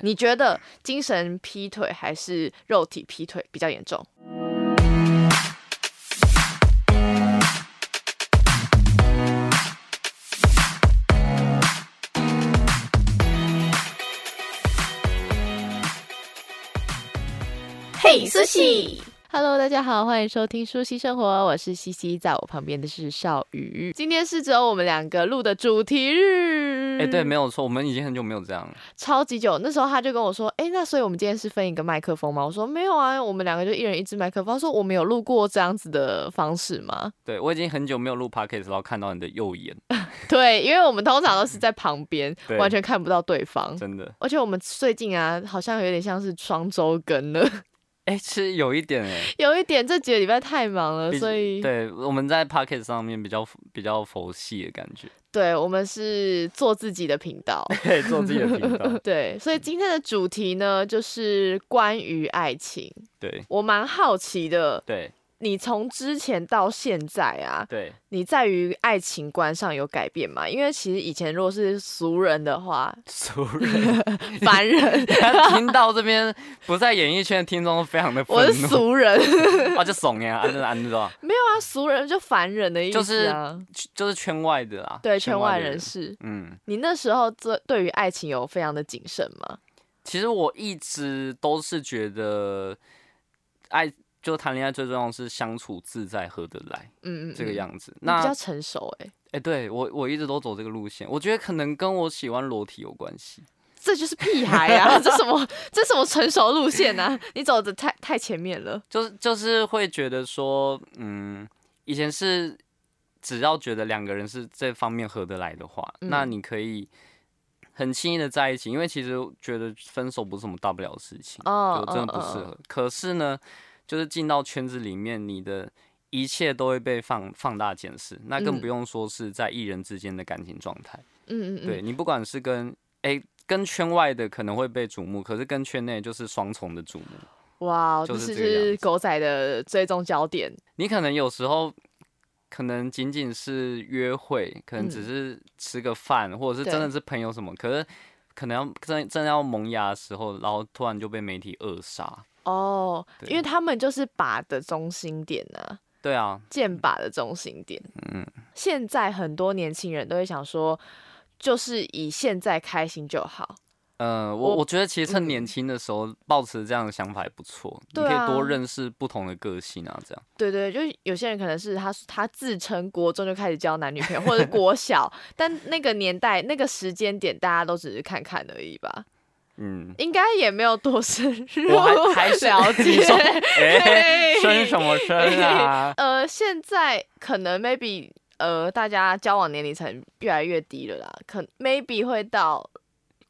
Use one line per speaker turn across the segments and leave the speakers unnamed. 你觉得精神劈腿还是肉体劈腿比较严重？
嘿，苏西，
Hello，大家好，欢迎收听《舒西生活》，我是西西，在我旁边的是少宇。今天是只有我们两个录的主题日，
哎、对，
嗯
没有错，我们已经很久没有这样了。
超级久。那时候他就跟我说，哎、那所以我们今天是分一个麦克风吗？我说没有啊，我们两个就一人一支麦克风。他说我们有录过这样子的方式吗？
对我已经很久没有录 podcast，然后看到你的右眼，
对，因为我们通常都是在旁边，
对
完全看不到对方。
真的，
而且我们最近啊，好像有点像是双周更了，
哎、其实有一点哎、
有一点这几个礼拜太忙了，
毕
所以
对，我们在 podcast 上面比较比较佛系的感觉，
对我们是做自己的频 道。
对，做自己的频道，
对，所以今天的主题呢，就是关于爱情。
对
我蛮好奇的，
对
你从之前到现在啊，
对，，
你在于爱情观上有改变吗？因为其实以前如果是俗人的话
熟人，
凡 人，
他听到这边不在演艺圈的听众非常的
我
愤
是
怒，
俗人，
啊，就怂呀，安着安着啊，
没有啊，俗人就凡人的意
就
思
是
啊。
就是圈外的啦，
对，圈外
的
人，士，
嗯。
你那时候这对于爱情有非常的谨慎吗？
其实我一直都是觉得爱，就谈恋爱最重要的是相处自在、合得来
嗯嗯，
这个
嗯
样子。
你
那
比较
哎、
成熟哎、
诶对我我一直都走这个路线，我觉得可能跟我喜欢裸体有关系。
这就是屁孩 啊！这什么这什么成熟路线啊？你走的太太前面了。
就是就是会觉得说，嗯，以前是只要觉得两个人是这方面合得来的话，
嗯
那你可以很轻易的在一起，因为其实觉得分手不是什么大不了的事情，
哦
就真的不
哦哦
适合。可是呢，就是进到圈子里面，你的一切都会被放放大检视，那更
嗯
不用说是在艺人之间的感情状态。
嗯嗯嗯，
对你不管是跟哎、跟圈外的可能会被瞩目，可是跟圈内就是双重的瞩目。
哇，哦
就
这
是
是
这个样
是狗仔的追踪焦点。
你可能有时候可能仅仅是约会，可能只
嗯
是吃个饭，或者是真的
对
是朋友什么，可是可能要正正要萌芽的时候，然后突然就被媒体扼杀。
哦，
对
因为他们就是靶的中心点呢、啊，
对啊，
箭靶的中心点。
嗯，
现在很多年轻人都会想说，就是以现在开心就好。
呃，
我
我我觉得其实趁年
嗯
轻的时候，保持这样的想法也不错，你
对
可以多
啊
认识不同的个性啊，这样。
对对，就是有些人可能是他他自称国中就开始交男女朋友，或者 国小，但那个年代那个时间点，大家都只是看看而已吧，
嗯，
应该也没有多深入
我还还是
了
你说
解。
哎、 生什么生啊？
呃，现在可能 maybe 呃，大家交往年龄层越来越低了啦，可 maybe 会到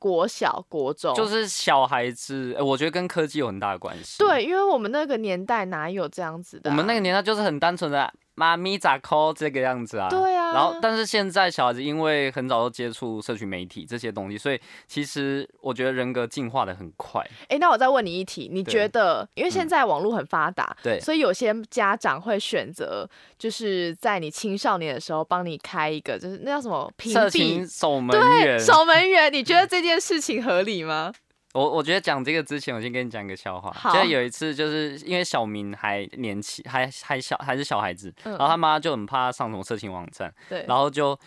国小、国中，
就是小孩子，哎我觉得跟科技有很大的关系。
对，因啊为我们那个年代哪有这样子的
我
啊、
们那个年代就是很单纯的妈咪咋抠这个样子啊。
对啊，
然后，但是现在小孩子因为很早就接触社群媒体这些东西，所以其实我觉得人格进化的很快。
哎、那我再问你一题，你
对嗯
觉得，因为现在网络很发达，
对
所以有些家长会选择，就是在你青少年的时候帮你开一个，就是那叫什么屏
色情
蔽
守门员，
守门员，你觉得这件事情合理吗？
我我觉得讲这个之前，我先跟你讲一个笑话。
好
就有一次，就是因为小明还年轻，还还小还是小孩子，
嗯
然后他妈就很怕他上什么色情网站，
对，
然后就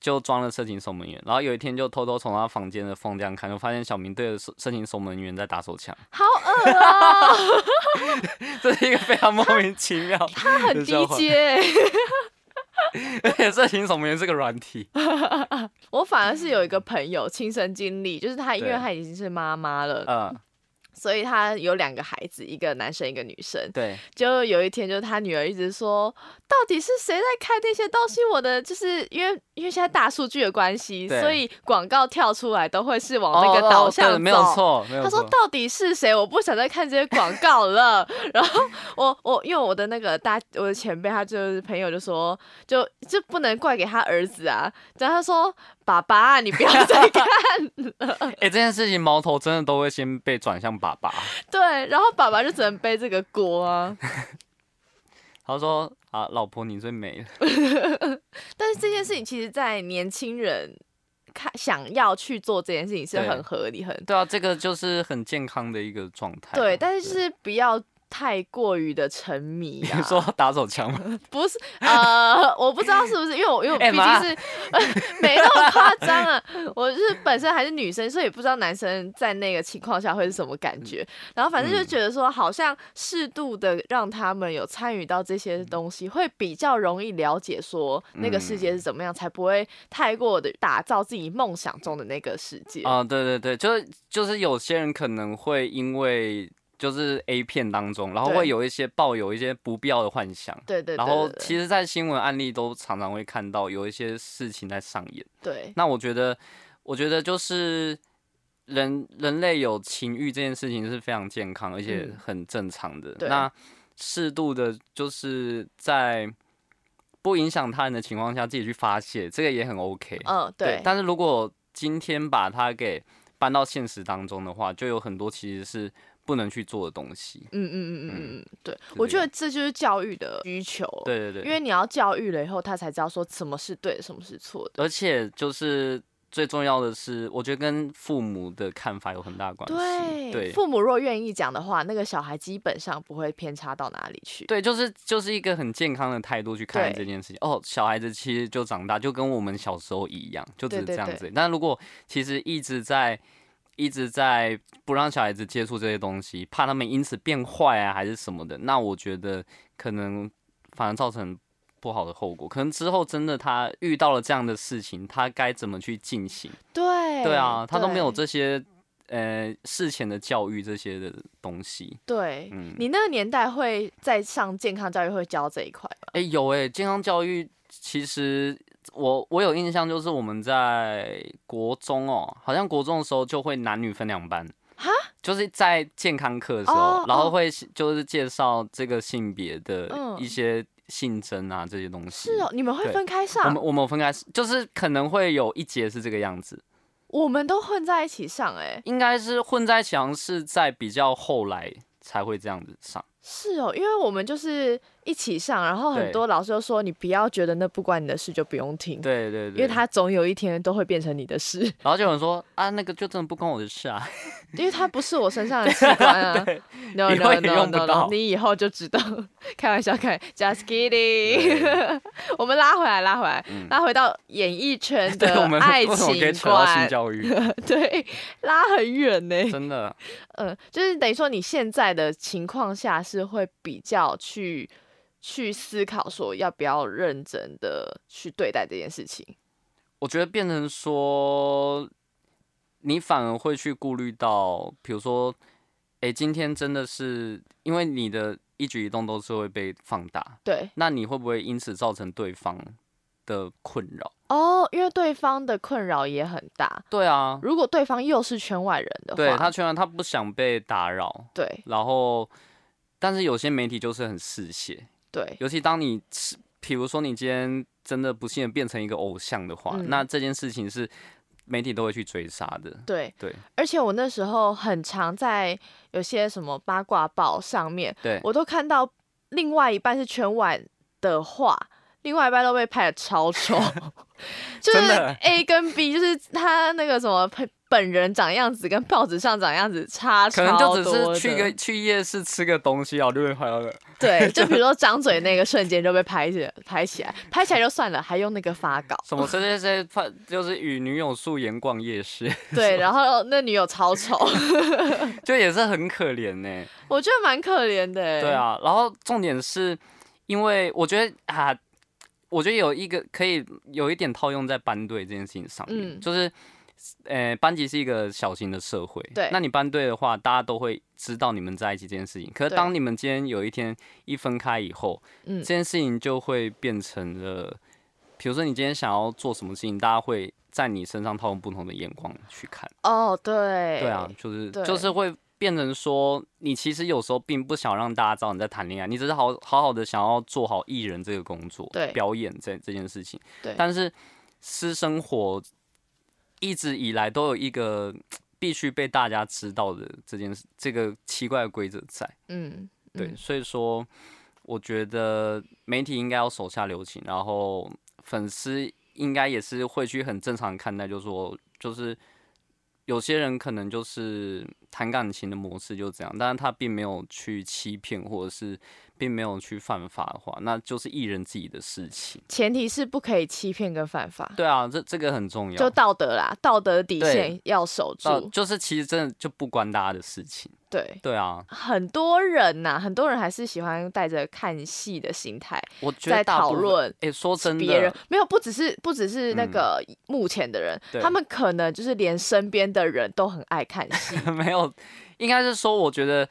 就装了色情守门员，然后有一天就偷偷从他房间的缝这样看，就发现小明对着色色情守门员在打手枪，
好恶
啊
哦、
这是一个非常莫名其妙的笑话，
他很低阶、
而且色情守门员是个软体，
我反而是有一个朋友亲身经历，就是他，因为
对
他已经是妈妈了，
嗯，
所以他有两个孩子，一个男生，一个女生。
对，
就有一天，就是他女儿一直说，到底是谁在开那些东西？我的就是因为因为现在大数据的关系，
对哦
所以广告跳出来都会是往那个导向
对
走。
没有。错，没有
他说
错，：“
到底是谁？我不想再看这些广告了。” 然 后我我因为我的那个大我的前辈，他就是朋友就说，就就不能怪给他儿子啊。然后他说：“爸爸，你不要再看。
哎、这件事情矛头真的都会先被转向爸爸，”
对，然后爸爸就只能背这个锅啊。
他说啊，老婆你最美了，
但是这件事情其实，在年轻人看想要去做这件事情是
对
很合理、很
对啊，这个就是很健康的一个状态啊。
对，但是就是不要太过于的沉迷、啊。
你说打手枪吗？
不是，呃，我不知道是不是，因为我因为我
哎
毕
妈
竟是、 没那么夸张啊，我就是本身还是女生，所以也不知道男生在那个情况下会是什么感觉。然后反正就
嗯
觉得说，好像适度的让他们有参与到这
嗯
些东西，会比较容易了解说那个世
嗯
界是怎么样，才不会太过的打造自己梦想中的那个世界。
啊、对对对，就是就是有些人可能会因为就是 A 片当中，然后
对
会有一些抱有一些不必要的幻想。
对对对
然后
对，
其实，在新闻案例都常常会看到有一些事情在上演。
对
那我觉得，我觉得就是人人类有情欲这件事情是非常健康，而且
嗯
很正常的。
对
那适度的，就是在不影响他人的情况下，自己去发泄，这个也很 OK。
嗯，对，
但是如果今天把它给搬到现实当中的话，就有很多其实是不能去做的东西。
嗯嗯嗯嗯嗯嗯，对，
这
我觉
个
得这就是教育的需求。
对对对，
因为你要教育了以后，他才知道说什么是对的，什么是错的。
而且就是最重要的是，我觉得跟父母的看法有很大关系。哦对
父母若愿意讲的话，那个小孩基本上不会偏差到哪里去。
对，就是就是一个很健康的态度去看待
对
这件事情。哦，小孩子其实就长大，就跟我们小时候一样，就只
对
是
对
这样
对
子。但如果其实一直在一直在不让小孩子接触这些东西，怕他们因此变坏啊，还是什么的，那我觉得可能反而造成不好的后果。可能之后真的他遇到了这样的事情，他该怎么去进行？
对
对啊，他都没有
对
这些呃事前的教育这些的东西。
对。
嗯，
你那个年代会在上健康教育会教这一块吗？
哎、有哎、健康教育其实我我有印象，就是我们在国中哦，好像国中的时候就会男女分两班。
哈，
就是在健康课的时候
哦
然
哦
后会就是介绍这个性别的
嗯
一些性征啊、这些东西。
是哦，，你们会
对
分开
我
上
们，我们有分开，就是可能会有一节是这个样子，
我们都混在一起上、哎，
应该是混在一起，好像是在比较后来才会这样子上。
是哦，因为我们就是一起上，然后很
对
多老师就说你不要觉得那不关你的事就不用听，
对对
因
对，
为他总有一天都会变成你的事，
然后就有人说啊，那个就真的不关我的 事啊。
因为它不是我身上的器官 啊。no
以后
no
也
no
用不
no
到
no，你以后就知道。 开玩笑，开 just kidding
对。
我们拉回来，拉回来，
嗯
拉回到演艺圈
对，我
的
们
爱
为什么可以
情
扯到性
观，
教育？
对，拉很远呢。
真的，
嗯，就是等于说你现在的情况下是会比较去去思考说要不要认真的去对待这件事情。
我觉得变成说，你反而会去顾虑到，比如说，哎、今天真的是因为你的一举一动都是会被放大，
对
那你会不会因此造成对方的困扰？
哦，因为对方的困扰也很大。
对啊，
如果对方又是圈外人的话，
对他居然他不想被打扰，
对
然后，但是有些媒体就是很嗜血，
对
尤其当你是，比如说你今天真的不幸地变成一个偶像的话，
嗯
那这件事情是媒体都会去追杀的。
对，
对
而且我那时候很常在有些什么八卦报上面，
对，
我都看到另外一半是全晚的话，另外一半都被拍的超 丑，就是
真的
A 跟 B，就是他那个什么本本人长样子跟报纸上长样子差超
可能
多
就
的，
只是去个去夜市吃个东西啊，就会拍到了。
对，就比如说张嘴 那个瞬间就被拍起来，拍起来，拍起来就算了，还用那个发 稿，
什么谁谁谁拍，就是与女友素颜逛夜市，
对，然后那女友超丑，
就也是很可怜呢、
我觉得蛮可怜的、欸，
对，啊，然后重点是，因为我觉得啊，我觉得有一个可以有一点套用在班队这件事情上面，
嗯
就是，呃，班级是一个小型的社会，
对
那你班队的话，大家都会知道你们在一起这件事情。可是
对
当你们今天有一天一分开以后，
嗯
这，件事情就会变成了，比如说你今天想要做什么事情，大家会在你身上套用不同的眼光去看。
哦，对，
对啊，就是
对
就是会变成说，你其实有时候并不想让大家知道你在谈恋爱，你只是好好好的想要做好艺人这个工作，
对
表演这这件事情。
对
但是私生活一直以来都有一个必须被大家知道的这件事，这个奇怪的规则在。
嗯，
对，
嗯
所以说我觉得媒体应该要手下留情，然后粉丝应该也是会去很正常看待，就是说就是有些人可能就是谈感情的模式就这样，但是他并没有去欺骗或者是并没有去犯法的话，那就是艺人自己的事情。
前提是不可以欺骗跟犯法，
对啊，这这个很重要。
就道德啦，道德底
对
线要守
到
住。
就是其实真的就不关大家的事情。
对，
对啊，
很多人呐、很多人还是喜欢带着看戏的心态
我觉得
在
大
讨
部分。
论
哎、说真
别人
的，，
没有不只是不只是那
嗯
个目前的人，
对
他们可能就是连身边的人都很爱看 戏。
没有，应该是说，我觉得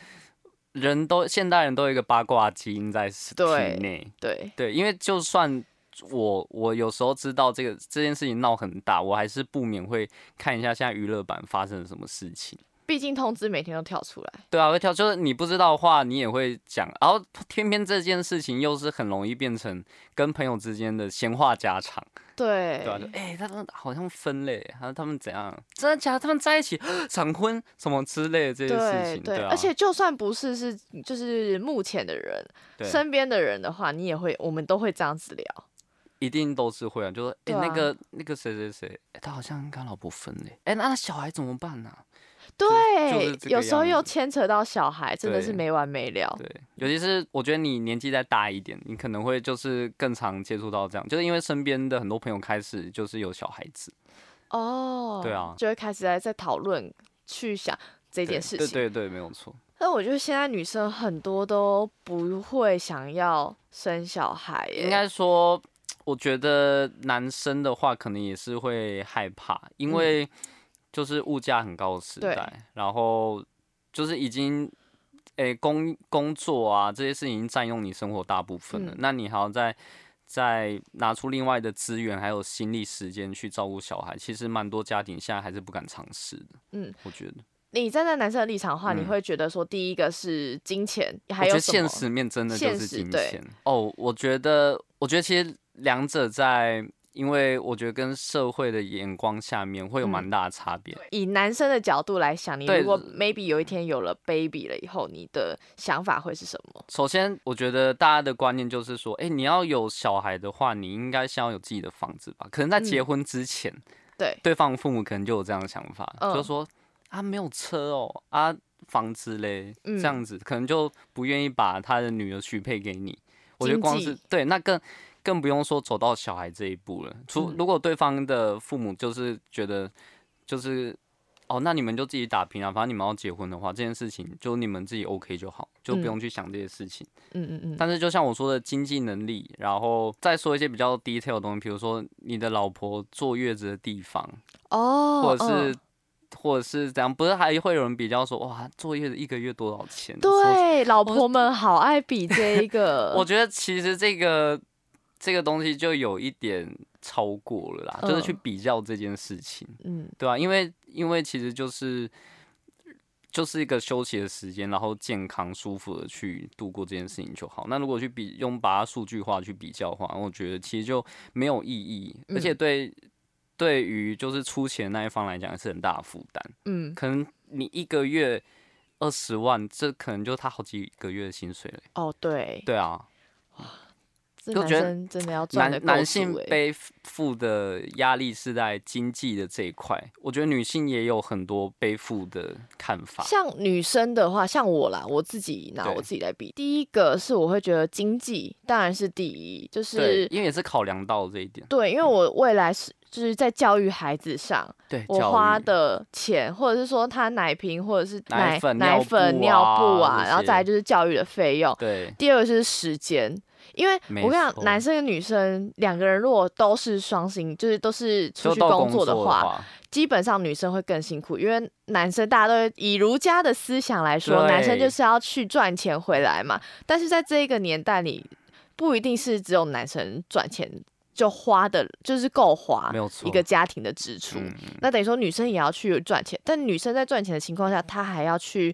人都现代人都有一个八卦基因在是体
对
内。
对，
对，因为就算我我有时候知道这个这件事情闹很大，我还是不免会看一下现在娱乐版发生了什么事情。
毕竟通知每天都跳出来。
对啊，会跳，就是你不知道的话，你也会讲，然后偏偏这件事情又是很容易变成跟朋友之间的闲话家常。
对，
对啊，就哎、欸他们好像分嘞，还有他们怎样，真的假的？他们在一起 闪婚什么之类的这些事
对
情，对啊，
而且就算不是是就是目前的人，
对
身边的人的话，你也会，我们都会这样子聊。
一定都是会啊，就说哎、
对啊
那个那个谁谁谁，欸他好像跟他老婆分嘞，哎、那那小孩怎么办呢、就是
对，
这个
有时候
样
又
子
牵扯到小孩，真的是
对
没完没了。
对，尤其是我觉得你年纪再大一点，你可能会就是更常接触到这样，就是因为身边的很多朋友开始就是有小孩子，
哦，
对啊
就会开始在在讨论去想这
这
件事
对
情。
对对，没有错，
但我觉得现在女生很多都不会想要生小孩耶，
应该说，我觉得男生的话可能也是会害怕，因为就是物价很高的
嗯
时
对
代，然后就是已经。诶、工工作啊，这些事情已经占用你生活大部分了。
嗯
那你还要再再拿出另外的资源，还有心力、时间去照顾小孩，其实蛮多家庭现在还是不敢尝试的。
嗯，
我觉得，
你站在男生的立场的话，你
嗯
会觉得说，第一个是金钱，还
我觉
有
得
什么
现？实面真的就
现
是
实
金
对
钱哦。我觉得，我觉得其实两者在，因为我觉得跟社会的眼光下面会有蛮
嗯
大的差别。
以男生的角度来想，你
对嗯
如果 maybe 有一天有了 baby 了以后，你的想法会是什么？
首先，我觉得大家的观念就是说，哎、你要有小孩的话，你应该先要有自己的房子吧？可能在结
嗯
婚之前，
对
对方父母可能就有这样的想法，就
嗯
说啊，没有车哦，啊，房子嘞，
嗯
这样子可能就不愿意把他的女儿许配给你。我觉
经
得光是
济
对，那更更不用说走到小孩这一步了。除
嗯
如果对方的父母就是觉得就是。哦，那你们就自己打拼啊，反正你们要结婚的话，这件事情就你们自己 OK 就好，就不
嗯
用去想这些事情。
嗯嗯嗯，
但是就像我说的，经济能力，然后再说一些比较 detail 的东西，比如说你的老婆坐月子的地方，
哦，
或者
嗯
是、或者是怎样，不是还会有人比较说哇，坐月子一个月多少钱？说，
对，老婆们好爱比这一个，
我觉得其实这个这个东西就有一点超过了啦，就是去
嗯
比较这件事情，
嗯，
对啊吧、因为因为其实就是。就是一个休息的时间，然后健康舒服的去度过这件事情就好。那如果去比用把它数据化去比较的话，我觉得其实就没有意义，而
嗯
且对对于就是出钱的那一方来讲也是很大的负担。
嗯，
可能你一个月二十万，这可能就他好几个月的薪水了欸。
哦，对，
对啊，
这
就
男
觉得
生真的要赚的
男
够
男性
足欸
背负的压力是在经济的这一块，我觉得女性也有很多背负的看法。
像女生的话，像我啦，我自己拿
对
我自己来比，第一个是我会觉得经济当然是第一，就
对
是，
因为也是考量到这一点。
对，因为我未来是就是在教育孩子上，
对，
我
教
花
育
的钱，或者是说他奶瓶，或者是
奶
奶
粉
奶
尿
粉、
布
尿
啊
布
这
然后再来
些
就是教育的费用，
对
第二个就是时间，因为
没
我跟你讲，
错
男生跟女生两个人如果都是双薪，就是都是出
就
去
到
工
工
作
的
话，，基本上女生会更辛苦，因为男生大家都会以儒家的思想来说，
对
男生就是要去赚钱回来嘛。但是在这一个年代里，不一定是只有男生赚钱就花的，就是够花
没有错
啊一个家庭的支出。
嗯，
那等于说女生也要去赚钱，但女生在赚钱的情况下，她还要去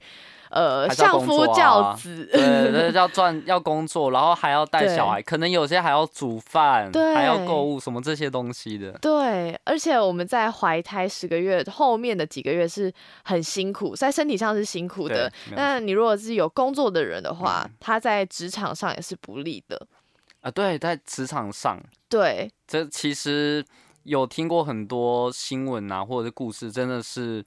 呃
还是要
相
工
夫
作
教
啊
子，
对，对要赚要工作，然后还要带小
对
孩，可能有些还要煮饭，还要
对
购物什么这些东西的。
对，而且我们在怀胎十个月后面的几个月是很辛苦，在身体上是辛苦的。
对没有嗯
那你如果是有工作的人的话，他在职场上也是不利的。
啊，对，在职场上，
对，
这其实有听过很多新闻啊，或者是故事，真的是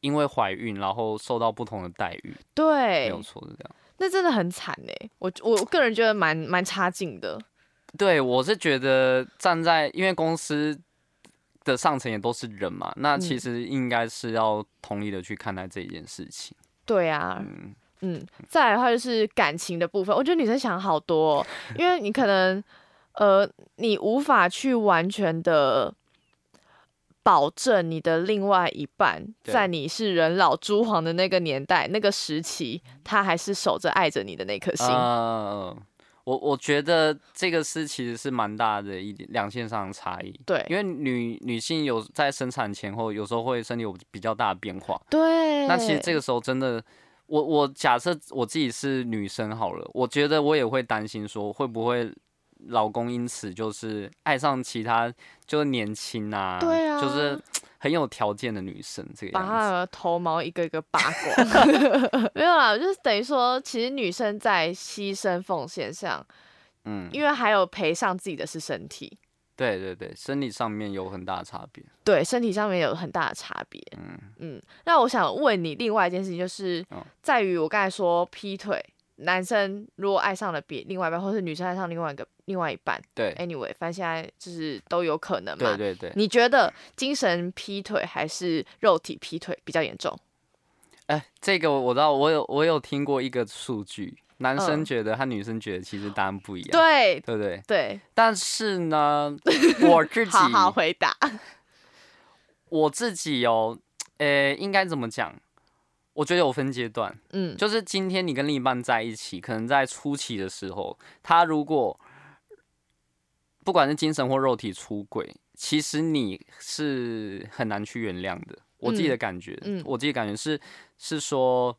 因为怀孕，然后受到不同的待遇，没
对，
有错是这样。
那真的很惨哎、我我个人觉得蛮蛮差劲的。
对，我是觉得站在因为公司的上层也都是人嘛，那其
嗯
实应该是要同理的去看待这一件事情。
对啊，
嗯，
嗯，再来的话就是感情的部分，我觉得女生想好多、 哦，因为你可能呃，你无法去完全的保证你的另外一半，
对
在你是人老珠黄的那个年代、那个时期，
嗯
他还是守着爱着你的那颗心。
呃，我我觉得这个是其实是蛮大的一点两性上的差异。
对
因为女女性有在生产前后，有时候会身体有比较大的变化。
对，
那其实这个时候真的，我我假设我自己是女生好了，我觉得我也会担心说会不会老公因此就是爱上其他就是年轻啊，
对啊
就是很有条件的女生这个
把
样
她
子。
的头毛一个一个拔光， 没有啦，就是等于说，其实女生在牺牲奉献上，
嗯，
因为还有赔上自己的是身体，
对对对，生理上面有很大的差别。
对身体上面有很大的差别。
嗯
嗯，那我想问你另外一件事情，就是
哦
在于我刚才说劈腿，男生如果爱上了别另外一半，或是女生爱上另外一个另外一半
对
，anyway，反正现在就是都有可能嘛。
对对对，
哎你觉得精神劈腿还是肉体劈腿比较严重？
哎、这个我知道，我有我有听过一个数据，男生
嗯
觉得和女生觉得其实答案不一样，
对
对不对？
对，
但是呢， 我自己
好好回答。
我自己哦，呃，应该怎么讲？我觉得有分阶段，
嗯，
就是今天你跟另一半在一起，可能在初期的时候，他如果不管是精神或肉体出轨，其实你是很难去原谅的。我自己
嗯
的感觉，
嗯
我自己感觉是是说，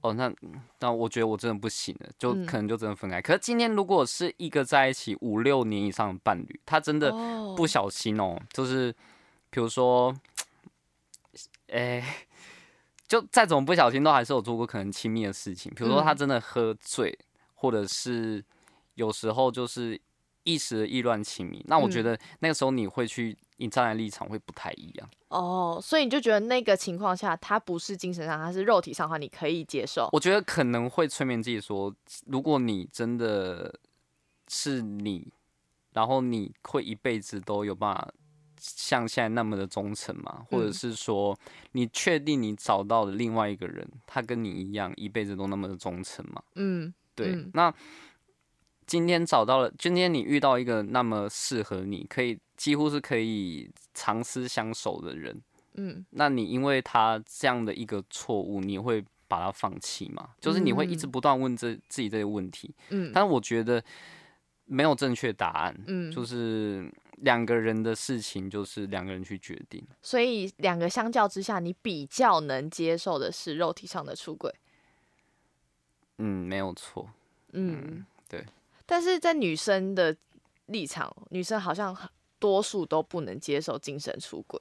哦，那那我觉得我真的不行了，就
嗯
可能就真的分开。可是今天如果是一个在一起五六年以上的伴侣，他真的
哦
不小心哦，就是比如说，哎、就再怎么不小心，都还是有做过可能亲密的事情，比如说他
嗯
真的喝醉，或者是有时候就是一时的意乱情迷。那我觉
嗯
得那个时候你会去，你站在立场会不太一样。
哦，所以你就觉得那个情况下，他不是精神上，他是肉体上的话，你可以接受。
我觉得可能会催眠自己说，如果你真的是你，然后你会一辈子都有办法像现在那么的忠诚吗？或者
嗯
是说，你确定你找到了另外一个人，他跟你一样一辈子都那么的忠诚吗？
嗯
对，
嗯
那今天找到了，今天你遇到一个那么适合你，可以几乎是可以长厮相守的人，
嗯，
那你因为他这样的一个错误，你会把它放弃吗？就是你会一直不断问这自己这些问题，
嗯
但是我觉得没有正确答案，
嗯，
就是两个人的事情就是两个人去决定。
所以两个相较之下，你比较能接受的是肉体上的出轨。
嗯，没有错。
嗯，
对。
但是在女生的立场，女生好像很多数都不能接受精神出轨。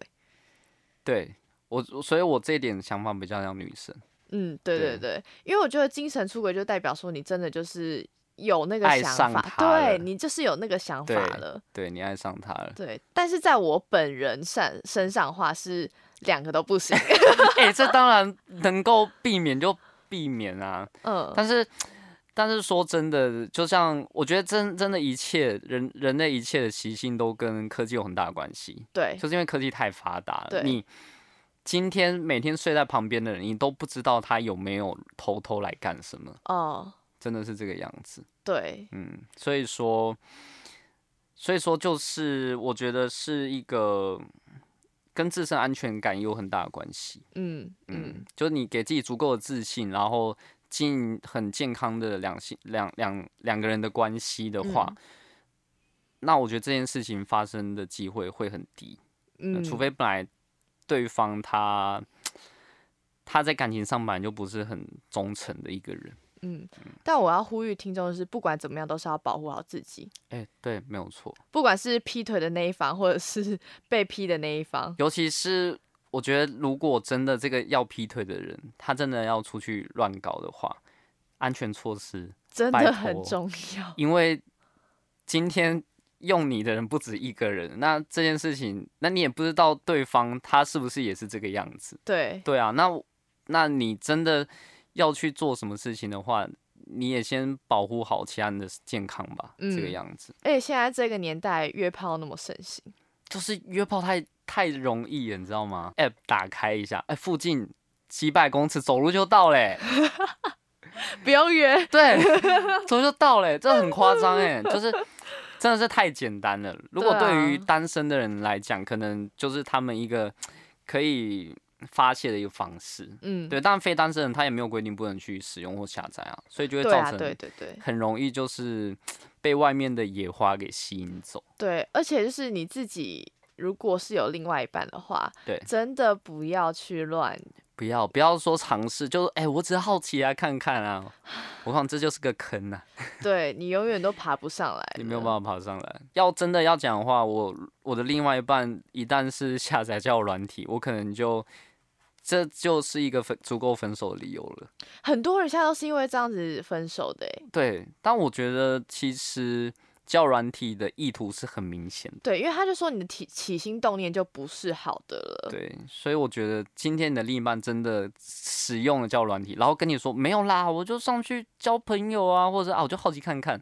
对我，所以我这一点想法比较像女生，
嗯，对对
对
对，因为我觉得精神出轨就代表说你真的就是有那个
爱
想
上
法，
他了
对你就是有那个想法
对
了。
对你爱上他 了。
对，但是在我本人上身上的话是两个都不 行。
哎、这当然能够避免就避免啊。
嗯，
但是，但是说真的，就像我觉得真真的一切人人类一切的习性都跟科技有很大的关系，
对，
就是因为科技太发达了
对。
你今天每天睡在旁边的人，你都不知道他有没有偷偷来干什么，
哦，
真的是这个样子。
对，
嗯，所以说，所以说就是我觉得是一个跟自身安全感有很大的关系。
嗯嗯
嗯，就是你给自己足够的自信，然后进很健康的两性两两两个人的关系的话，
嗯
那我觉得这件事情发生的机会会很低，那
嗯，
除非本来对方他他在感情上本来就不是很忠诚的一个人。
嗯，但我要呼吁听众的是，不管怎么样，都是要保护好自己。
哎、对，没有错，
不管是劈腿的那一方，或者是 被劈的那一方，
尤其是。我觉得，如果真的这个要劈腿的人，他真的要出去乱搞的话，安全措施
真
拜
的很
托
重要。
因为今天用你的人不止一个人，那这件事情，那你也不知道对方他是不是也是这个样子。
对
对啊，那我那你真的要去做什么事情的话，你也先保护好其他人的健康吧，这个
嗯
样子。
而且现在这个年代约炮那么盛行，
就是约炮太太容易了，你知道吗？App 打开一下，哎、附近几百公尺走路就到欸嘞、
不用约。
对，走路就到嘞、这很夸张哎， 就是真的是太简单了。如果
对啊
对于单身的人来讲，可能就是他们一个可以发泄的一个方式。
嗯，
对，但非单身人他也没有规定不能去使用或下载啊，所以就会
对
造
啊，
成
对对对
很容易就是被外面的野花给吸引走。
对，而且就是你自己如果是有另外一半的话，
对
真的不要去乱。
不要不要说尝试，就是哎、我只是好奇啊，看看啊。我看这就是个坑啊，
对你永远都爬不上来，
你没有办法爬上来。要真的要讲的话，我我的另外一半一旦是下载交友软体，我可能就这就是一个分足够分手的理由了。
很多人现在都是因为这样子分手的、欸，
对，但我觉得其实交友软体的意图是很明显的。
对，因为他就说你的起起心动念就不是好的了，
对，所以我觉得今天你的另一半真的使用了交友软体，然后跟你说没有啦，我就上去交朋友啊，或者啊我就好奇看看，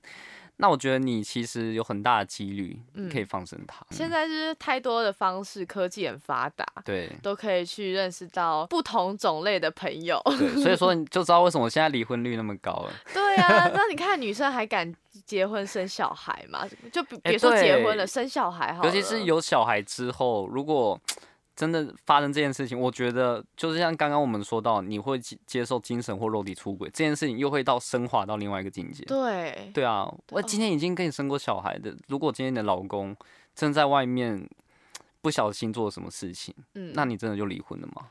那我觉得你其实有很大的几率你可以放生他。
嗯现在就是太多的方式，科技很发达，
对
都可以去认识到不同种类的朋友。
对，所以说你就知道为什么现在离婚率那么高了。
对啊，那你看女生还敢结婚生小孩嘛？就别别说
哎对
结婚了，生小孩好了。
尤其是有小孩之后，如果真的发生这件事情，我觉得就是像刚刚我们说到，你会接接受精神或肉体出轨这件事情，又会到升华到另外一个境界。
对
对啊，我今天已经跟你生过小孩的。如果今天你的老公正在外面不小心做了什么事情，
嗯
那你真的就离婚了吗？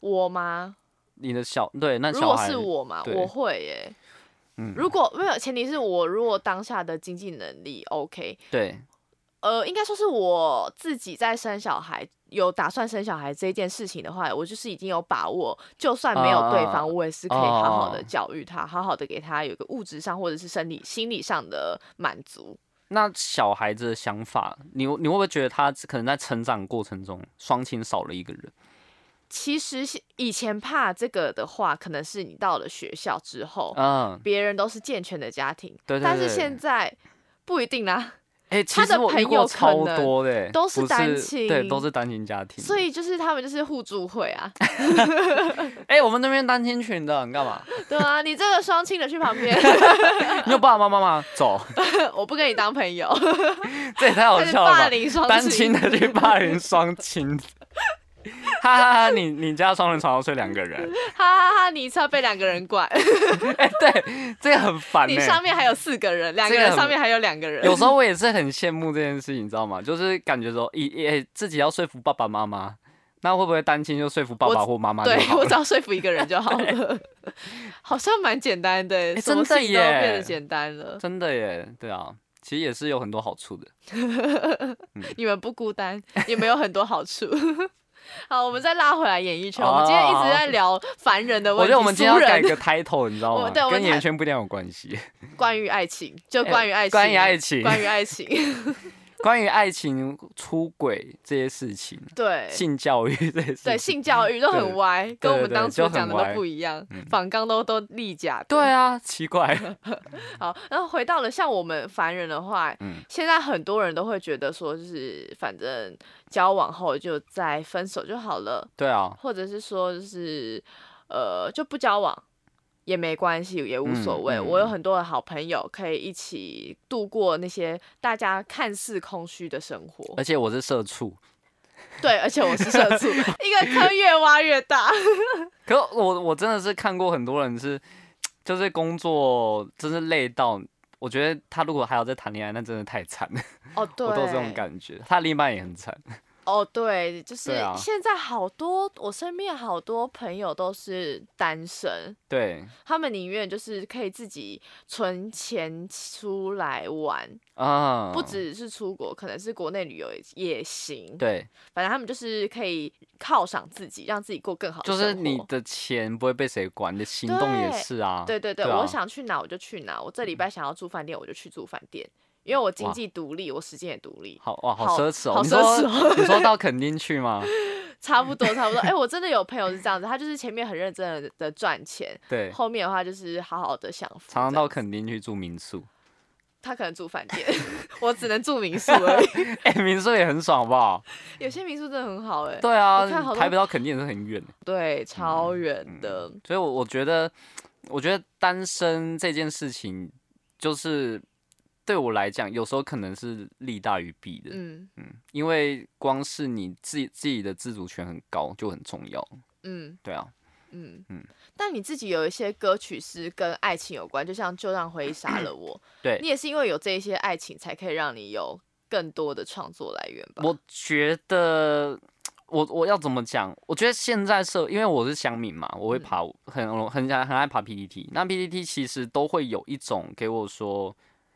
我吗？
你的小对，那
如
小
果
孩
是我嘛，
对
我会耶、
嗯
如果没有前提是我如果当下的经济能力 OK，
对
呃，应该说是我自己在生小孩，有打算生小孩这件事情的话，我就是已经有把握，就算没有对
啊
方，我也是可以好好
哦
的教育他，好好的给他有一个物质上或者是生理、心理上的满足。
那小孩子的想法，你你会不会觉得他可能在成长过程中双亲少了一个人？
其实是以前怕这个的话，可能是你到了学校之后，
嗯，
别人都是健全的家庭，
对对
但是
对
现在不一定啊啦。
哎、其
他的
实我遇
朋友
过
可
超
能
多的、欸，
都是
不
单亲
对，都是单亲家 庭。
所以就是他们就是互助会 啊，
哎、我们那边单亲群的，你干嘛？
对啊，你这个双亲的去旁边，
你有爸爸妈妈吗？走，
我不跟你当朋友，
这也太好
开始
笑了吧
霸！凌双
单
亲
亲的去霸凌双亲， 哈哈哈！你你家双人床要睡两个人，
哈哈哈！你一次要被两个人管，
哎、对，这个很烦欸
你
呢、
上面还有四个人，两个
啊这个
人
很
上面还有两个人。
有时候我也是很羡慕这件事情，你知道吗？就是感觉说，一诶、自己要说服爸爸妈妈，那会不会单亲就说服爸爸或妈妈就
对
好
我
了？
只要说服一个人就好了， 好像蛮简单的，什么
哎真的
事情都变
耶
得简单了。
真的耶，对啊，其实也是有很多好处的。
你们不孤单，也没有很多好处。 好，我们再拉回来演艺圈，我们今天一直在聊凡人的
哦我
问题，
觉得我们今天
俗
要
人
改个 title，你知道
我
吗？
对我们
跟演艺圈不一定有关系。
关于爱情，就关于爱情，
呃关于爱情，
关于爱 情，
关于爱情、出轨这些事情，
对。
性教育这些事情，
对性教育都
对
很歪，跟我
对
们
对
当初
就很
讲的
歪
都
嗯
不一样，仿纲都都立假的。
对啊，奇怪。
好，然后回到了像我们凡人的话，
嗯
现在很多人都会觉得说，就是反正交往后就再分手就好了，
对啊，
或者是说就是呃就不交往也没关系，也无所
嗯
谓。
嗯
我有很多的好朋友可以一起度过那些大家看似空虚的生活。
而且我是社畜，
对，而且我是社 畜，一个坑越挖越大。
可我我真的是看过很多人是，就是工作真是累到，我觉得他如果还要再谈恋爱，那真的太惨了，
哦，对，
我都有这种感觉。他另一半也很惨，
哦，对，就是
对啊
现在好多、我身边好多朋友都是单身，
对，
他们宁愿就是可以自己存钱出来玩，
啊、
不只是出国，可能是国内旅游也也行。，
对，
反正他们就是可以犒赏自己，让自己过更好的
就
生活。
是你的钱不会被谁管，你的行动也
对
是啊，
对对对，
对啊嗯
我想去哪我就去哪，我这礼拜想要住饭店我就去住饭店，因为我经济独立，我时间也独立，
好哇，好
好
奢侈哦、
好
你
奢侈
说
哦
你说到垦丁去吗？
差不多差不多。哎、我真的有朋友是这样子，他就是前面很认真的的赚钱，
对，
后面的话就是好好的享福。
常常
这样
到垦丁去住民宿，
他可能住饭店，我只能住民宿而已。
哎、民宿也很爽，好不好？
有些民宿真的很好哎、
对啊
我看好，多
台北到垦丁也是很远，
对，超
嗯
远的。
所以我，我觉得，我觉得单身这件事情，就是对我来讲，有时候可能是利大于弊的，
嗯
因为光是你自己自己的自主权很高就很重要，
嗯
对啊，
嗯
嗯
但你自己有一些歌曲是跟爱情有关，就像《就让回忆杀了我》，
对
你也是因为有这一些爱情，才可以让你有更多的创作来源吧？
我觉得，我我要怎么讲？我觉得现在社，因为我是乡民嘛，我会
嗯
爬，很很很很爱爬 PPT。那 PPT 其实都会有一种给我说，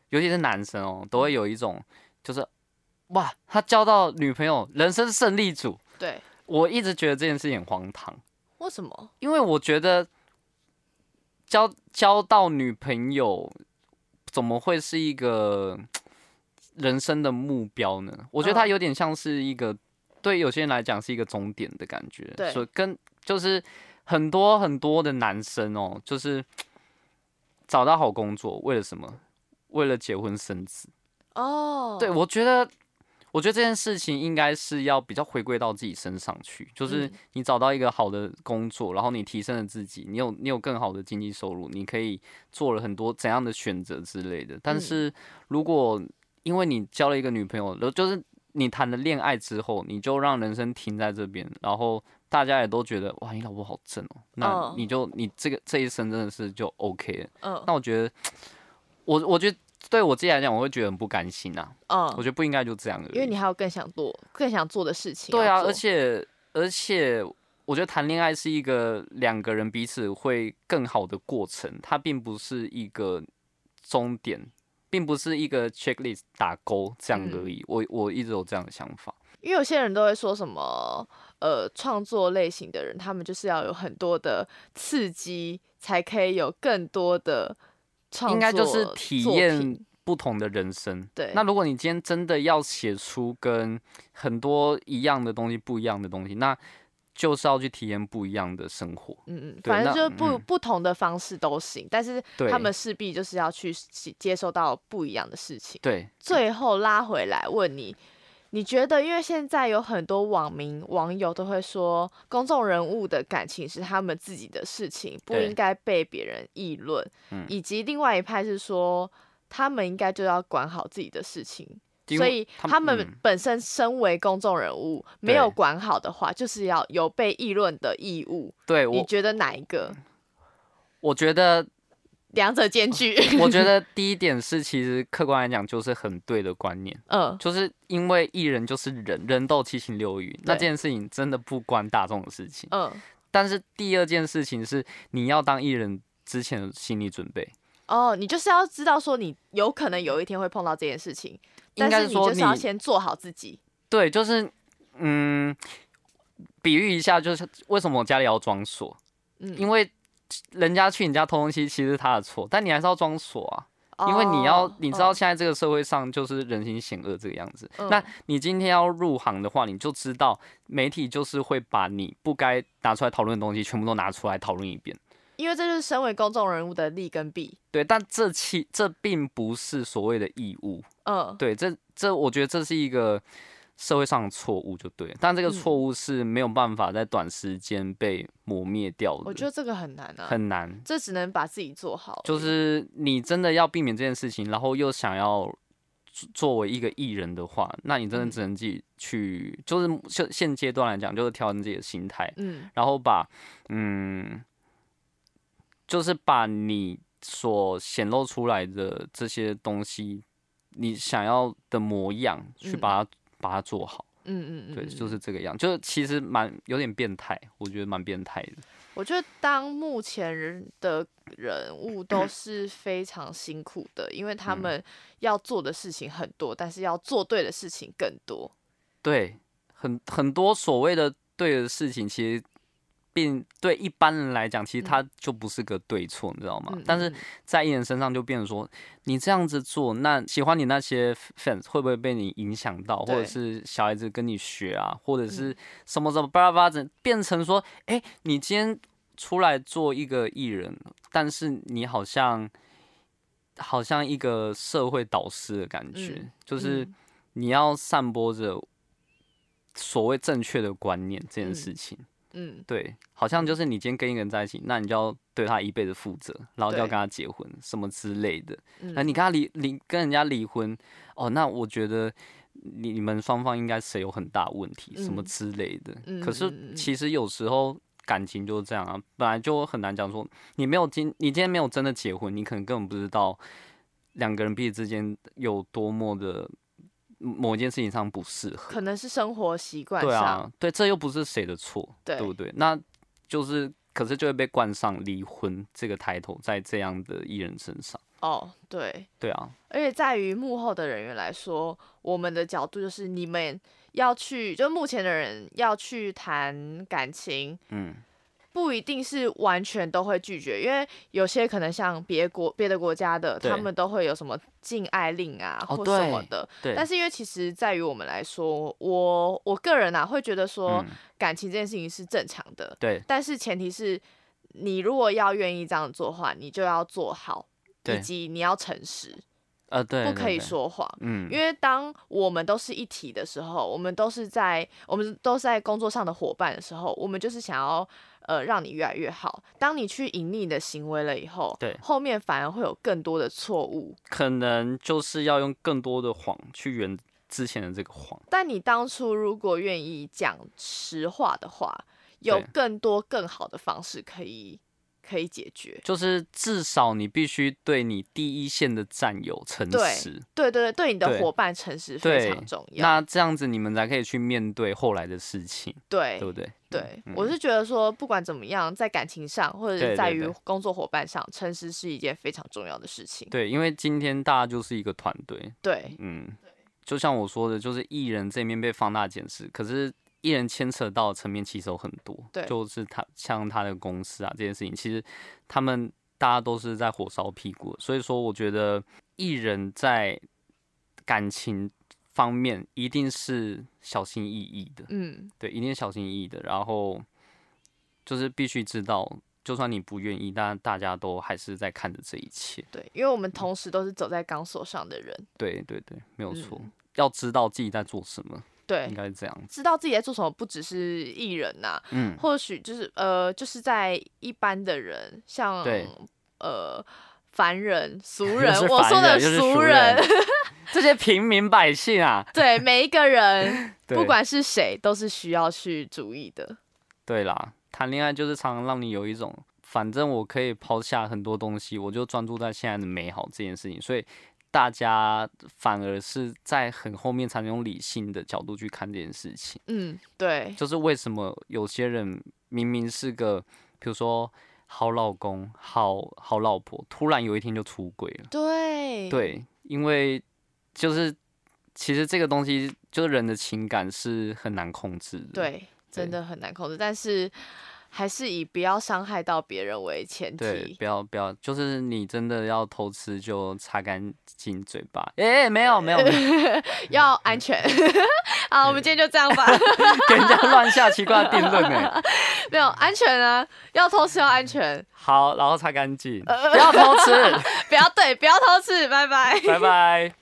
尤其是男生哦，都
嗯
会有一种就是，哇，他交到女朋友，人生胜利组。
对，
我一直觉得这件事情很荒唐，
为什么？
因为我觉得交交到女朋友怎么会是一个人生的目标呢？我觉得它
嗯
有点像是一个、对有些人来讲是一个终点的感觉，
对
所以跟就是很多很多的男生哦，就是找到好工作，为了什么？为了结婚生子。
哦，
对，我觉得，我觉得这件事情应该是要比较回归到自己身上去，就是
嗯
你找到一个好的工作，然后你提升了自己，你有你有更好的经济收入，你可以做了很多怎样的选择之类的。但
嗯
是如果因为你交了一个女朋友，然后就是你谈了恋爱之后，你就让人生停在这边，然后。大家也都觉得哇，你老婆好正哦，那
嗯
你就你这个这一生真的是就 OK 了。
嗯
那我觉得，我我觉得对我自己来讲，我会觉得很不甘心啊。我
嗯，
觉得不应该就这样而已。
因为你还有更想做、更想做的事情要做。
对啊，而且而且，我觉得谈恋爱是一个两个人彼此会更好的过程，它并不是一个终点，并不是一个 checklist 打勾这样而已。
嗯
我我一直有这样的想法。
因为有些人都会说什么，呃，创作类型的人，他们就是要有很多的刺激，才可以有更多的创作
应该就是体验
作品
不同的人生，
对
那如果你今天真的要写出跟很多一样的东西、不一样的东西，那就是要去体验不一样的生活。
嗯嗯，
对
反正
那
就是不、
嗯
不同的方式都行，但是
对
他们势必就是要去吸接收到不一样的事情。
对，
最后拉回来问你，你觉得，因为现在有很多网民网友都会说，公众人物的感情是他们自己的事情，不
对
应该被别人议论，
嗯
以及另外一派是说，他们应该就要管好自己的事情。
因
所
为
以他们
嗯
本身身为公众人物，没有
对
管好的话，就是要有被议论的义务。
对
你
我，
觉得哪一个？
我觉得
两者兼具。
我觉得第一点是，其实客观来讲就是很对的观念，
嗯，
就是因为艺人就是人，人都有七情六欲，那
对
这件事情真的不关大众的事情。
嗯，
但是第二件事情是，你要当艺人之前的心理准备，
哦，你就是要知道说你有可能有一天会碰到这件事情，
应
但
该
是你
说
就是
你
要先做好自己。
对，就是嗯，比喻一下，就是为什么我家里要装锁，
嗯
因为人家去你家偷东西，其实是他的错，但你还是要装锁啊。因为你要
哦
你知道，现在这个社会上就是人心险恶这个样子。
嗯
那你今天要入行的话，你就知道媒体就是会把你不该拿出来讨论的东西全部都拿出来讨论一遍。
因为这就是身为公众人物的利跟弊。
对，但这其这并不是所谓的义务。
嗯，
对，这这我觉得这是一个社会上的错误，就对了。但这个
嗯
错误是没有办法在短时间被磨灭掉的，
我觉得这个很难啊，
很难。
这只能把自己做好而已。
就是你真的要避免这件事情，然后又想要作作为一个艺人的话，那你真的
嗯
只能自己去，就是现现阶段来讲，就是调整自己的心态，
嗯
然后把嗯，就是把你所显露出来的这些东西，你想要的模样，去
嗯
把它、把它做好。
嗯嗯嗯，
对，
嗯
就是这个样，就是其实蛮有点变态，我觉得蛮变态的。
我觉得当目前人的人物都是非常辛苦的，因为
嗯
他们要做的事情很多，但是要做对的事情更多。
对，很很多所谓的对的事情，其实并对一般人来讲，其实它就不是个对错，你知道吗？
嗯
啊但是
嗯嗯
在艺人身上就变成说，你这样子做，那喜欢你那些 fans 会不会被你影响到，或
对嗯
者是小孩子跟你学啊，或者是什么什么巴拉巴拉整，变成说，哎、你今天出来做一个艺人，但是你好像好像一个社会导师的感觉，
嗯
就是
嗯
你要散播着所谓正确的观念这件
嗯
事情。
嗯，
对，好像就是你今天跟一个人在一起，那你就要对他一辈子负责，然后就要
对
跟他结婚什么之类的。
嗯
那你跟他离离跟人家离婚，哦，那我觉得你你们双方应该谁有很大问题什么
嗯
之类的。
嗯嗯
可
嗯
是
嗯
其实有时候感情就是这样啊，本来就很难讲说你没有今你今天没有真的结婚，你可能根本不知道两个人彼此之间有多么的某一件事情上不适合。
可能是生活习惯
对
上，
啊，对，这又不是谁的错，
对
不对？那就是，可是就会被冠上离婚这个抬头，在这样的艺人身上，
哦，对，
对啊，
而且在于幕后的人员来说，我们的角度就是你们要去，就目前的人要去谈感情，
嗯，
不一定是完全都会拒绝，因为有些可能像别国别的国家的，
对
他们都会有什么禁爱令啊、
哦
或什么
对
的。
对，
但
是
是因为其实在于我们来说，我我个人啊会觉得说感情这件事情是正常的，
嗯对
但是前提是你如果要愿意这样做的话，你就要做好，以
对，
及你要诚实，
呃，对，
不
对
可以，
对
说谎。
嗯，
因为当我们都是一体的时候，我们都是在我们都是在工作上的伙伴的时候，我们就是想要呃让你越来越好。当你去隐匿你的行为了以后，
对
后面反而会有更多的错误。
可能就是要用更多的谎去圆之前的这个谎，
但你当初如果愿意讲实话的话，有
对
更多更好的方式可以可以解决。
就是至少你必须对你第一线的战友诚
对
实，
对对对，对你的
对
伙伴诚实非
对
常重，要。
那这样子你们才可以去面对后来的事情，
对
对不嗯对？
对，我是觉得说，不管怎么样，在感情上或者
对
是在
对
于
对
工作伙伴上，诚实是一件非常重要的事情。
对，因为今天大家就是一个团队，
对，
嗯，就像我说的，就是艺人这面被放大检视，可是艺人牵扯到的层面其实有很多，
对
就是他像他的公司啊这件事情，其实他们大家都是在火烧屁股，所以说我觉得艺人在感情方面一定是小心翼翼的，
嗯，
对，一定小心翼翼的，然后就是必须知道，就算你不愿意，但大家都还是在看着这一切。
对，因为我
嗯
们同时都是走在钢索上的人，
对对对，没有错，
嗯
要知道自己在做什么，应
对，
该是这样。
知道自己在做什么，不只是艺人呐、
嗯，
或许就是呃，就是在一般的人，像
对
呃凡 人、俗
又
人
是，
我
凡
说
人
的
又是
俗
俗
人，
这些平民百姓啊，
对每一个人，
对
不管是谁，都是需要去注意的。
对啦，谈恋爱就是常常让你有一种，反正我可以抛下很多东西，我就专注在现在的美好这件事情，所以。大家反而是在很后面才能用理性的角度去看这件事情，
嗯，对，
就是为什么有些人明明是个，比如说好老公、好好老婆，突然有一天就出轨了。
对，，
对，因为就是其实这个东西，就是人的情感是很难控制的。，
对，真
对
的很难控制，但是还是以不要伤害到别人为前
对，
提。
不要不要，就是你真的要偷吃就擦干净嘴巴。哎、没有没有，没有
要安全。 好，我们今天就这样吧。
给人家乱下奇怪的定论哎。
没有安全啊，要偷吃要安全，
好，然后擦干净，不要偷吃，
不要对，不要偷吃，拜拜。
拜拜。